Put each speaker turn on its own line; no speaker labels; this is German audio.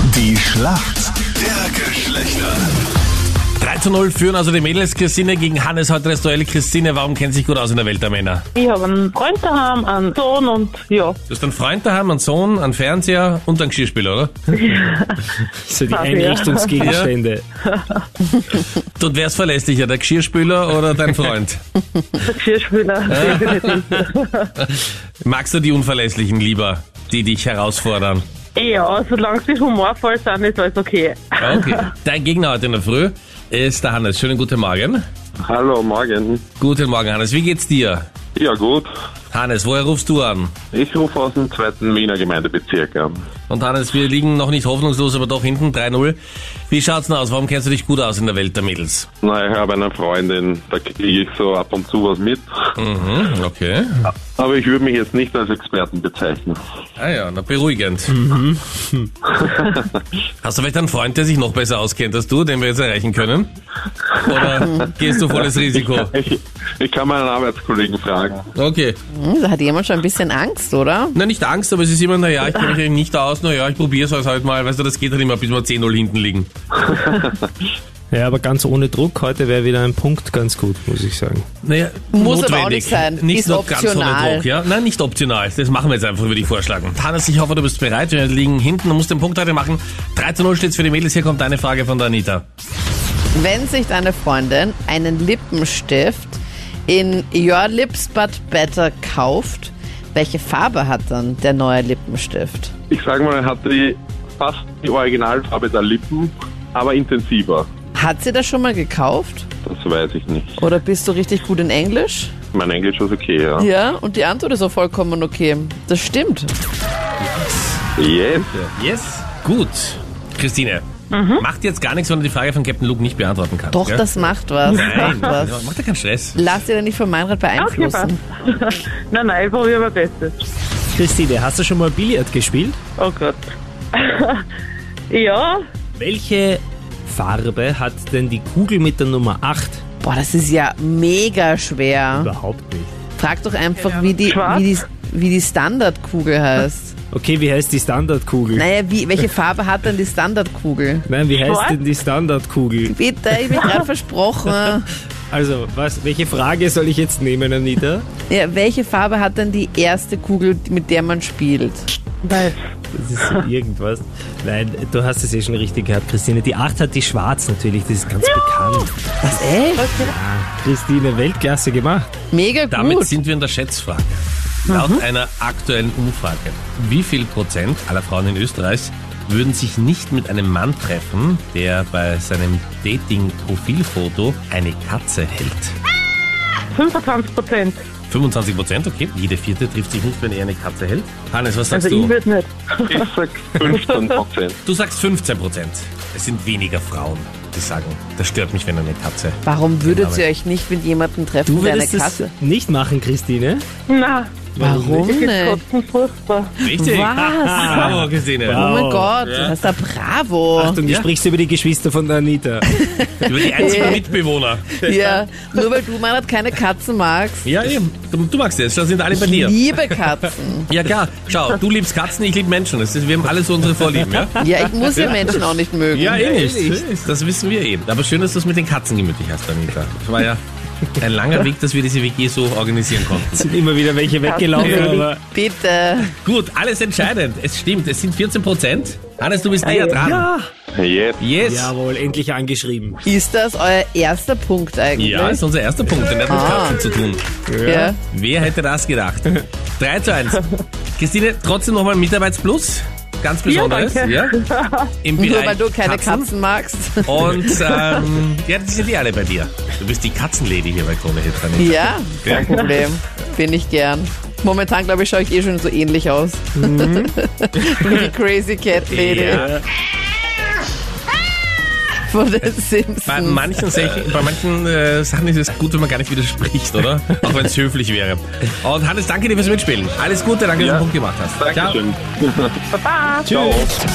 Die Schlacht der Geschlechter.
3 zu 0 führen also die Mädels Christine gegen Hannes heute das Duell. Christine, warum kennt sich gut aus in der Welt der Männer?
Ich habe einen Freund daheim, einen Sohn und ja,
Du hast einen Freund daheim, einen Sohn, einen Fernseher und einen Geschirrspüler, oder?
So die
Quasi,
Einrichtungsgegenstände.
Und wer ist verlässlicher, der Geschirrspüler oder dein Freund?
der Geschirrspüler.
Magst du die Unverlässlichen lieber, die dich herausfordern?
ja, solange sie humorvoll sind, ist alles okay.
Ja, Okay. Dein Gegner heute in der Früh ist der Hannes. Schönen guten Morgen.
Hallo, morgen.
Guten Morgen, Hannes. Wie geht's dir?
Ja gut,
Hannes, woher rufst du an?
ich rufe aus dem zweiten Wiener Gemeindebezirk an.
Und Hannes, wir liegen noch nicht hoffnungslos, aber doch hinten 3-0. Wie schaut's denn aus? Warum kennst du dich gut aus in der Welt der Mädels?
Na, ich habe eine Freundin, da kriege ich so ab und zu was mit.
Mhm, okay.
Aber ich würde mich jetzt nicht als Experten bezeichnen.
Ah ja, na beruhigend.
Mhm.
Hast du vielleicht einen Freund, der sich noch besser auskennt als du, den wir jetzt erreichen können? Oder gehst du volles Risiko?
Ich, ich kann meinen Arbeitskollegen fragen.
Okay.
Hm, Da hat jemand schon ein bisschen Angst, oder?
Na, nicht Angst, aber es ist immer, naja, ich kenne mich eben nicht aus, naja, ich probiere es halt mal. Weißt du, das geht halt immer, bis wir 10-0 hinten liegen.
Ja, aber ganz ohne Druck. Heute wäre wieder ein Punkt ganz gut, muss ich sagen.
Naja,
Muss
notwendig.
aber auch nicht sein.
Nicht
Ist
noch ganz ohne
optional.
Druck, ja? Nein, nicht optional. Das machen wir jetzt einfach, würde ich vorschlagen. Hannes, ich hoffe, du bist bereit. Wir liegen hinten und musst den Punkt heute machen. 3 0 steht's für die Mädels. Hier kommt eine Frage von der Anita.
Wenn sich deine Freundin einen Lippenstift in Your Lips But Better kauft, welche Farbe hat dann der neue Lippenstift?
Ich sage mal, er hat die, fast die Originalfarbe der Lippen, aber intensiver.
Hat sie das schon mal gekauft?
Das weiß ich nicht.
Oder bist du richtig gut in Englisch?
Mein Englisch ist okay, ja.
Ja, und die Antwort ist auch vollkommen okay. Das stimmt.
Yes.
Yes. Gut. Christine, macht jetzt gar nichts, wenn du die Frage von Captain Luke nicht beantworten kannst.
Mhm. Doch,
gell?
das macht was.
Nein,
Macht was.
mach dir keinen Stress.
Lass dir da nicht vom Meinrad
Okay,
beeinflussen.
passt. nein, nein, ich probiere mein Bestes.
Christine, hast du schon mal Billard gespielt?
Oh Gott. ja,
Welche Farbe hat denn die Kugel mit der Nummer 8?
Boah, das ist ja mega schwer.
Überhaupt nicht.
Frag doch einfach, wie die,
Schwarz?
wie die, wie die Standardkugel heißt.
Okay, wie heißt die Standardkugel?
Naja, wie, welche Farbe hat denn die Standardkugel?
Nein, wie heißt
Was?
denn die Standardkugel?
Bitte, ich bin gerade versprochen.
Also, was, welche Frage soll ich jetzt nehmen, Anita?
Ja, welche Farbe hat denn die erste Kugel, mit der man spielt?
weiß.
Das ist irgendwas. Nein, du hast es eh schon richtig gehabt, Christine. Die 8 hat die schwarz natürlich, das ist ganz bekannt.
Was, echt?
Christine, Weltklasse gemacht.
Mega
Damit
gut.
sind wir in der Schätzfrage. Laut
Mhm.
einer aktuellen Umfrage, wie viel Prozent aller Frauen in Österreich würden sich nicht mit einem Mann treffen, der bei seinem Dating-Profilfoto eine Katze hält?
25 Prozent.
25 Prozent, okay. Jede vierte trifft sich nicht, wenn er eine Katze hält. Hannes, was sagst
Also ich
du?
würde nicht.
Ich sag 15 Prozent.
Du sagst 15 Prozent. Es sind weniger Frauen, die sagen, das stört mich, wenn eine Katze.
Warum würdet ihr euch nicht mit jemandem treffen,
Du
der eine
würdest es
Katze?
nicht machen, Christine.
Nein,
Warum
das ist
nicht?
trotzdem furchtbar.
Richtig.
Ah.
Was?
Bravo, Christine.
Oh mein
Wow.
Gott, das ist da bravo.
Achtung, du
Ja.
sprichst über die Geschwister von der Anita.
Über die einzigen Mitbewohner.
Ja, nur weil du, Meinrad, keine Katzen magst.
Ja, eben. Du, du magst es. Da sind alle bei dir.
Liebe Katzen.
Ja klar, schau, du liebst Katzen, ich liebe Menschen. Das ist, wir haben alle so unsere Vorlieben, ja?
Ja, ich muss ja Menschen auch nicht mögen.
eh nicht. Das wissen wir eben. Aber schön, dass du es mit den Katzen gemütlich hast, Anita. Das war ja ein langer Weg, dass wir diese WG so organisieren konnten.
Es sind immer wieder welche weggelaufen, aber
Bitte.
Gut, alles entscheidend. Es stimmt, es sind 14 Prozent. Hannes, du bist näher dran.
Yes.
Yes. Ja,
jawohl, endlich angeschrieben.
Ist das euer erster Punkt eigentlich?
ist unser erster Punkt, denn er hat mit
Ah.
Katzen zu tun.
Ja.
Wer hätte das gedacht? 3 zu 1. Christine, trotzdem nochmal Mitarbeitsplus. Ganz besonderes.
danke.
Im
Nur
Bereich
weil du keine
Katzen.
Katzen magst.
Und ähm, ja, die sind die alle bei dir. Du bist die Katzenlady hier bei Krone Hit. Anita.
Ja, kein Problem. Bin ich gern. Momentan, glaube ich, schaue ich eh schon so ähnlich aus. Wie die Crazy Cat Lady
Ja.
von den
Bei
Simpsons.
manchen, Sech- bei manchen äh, Sachen ist es gut, wenn man gar nicht widerspricht, oder? Auch wenn es höflich wäre. Und Hannes, danke dir fürs Mitspielen. Alles Gute, danke, dass du
Ja.
einen Punkt gemacht hast. Ciao.
Dankeschön.
Baba.
Ciao.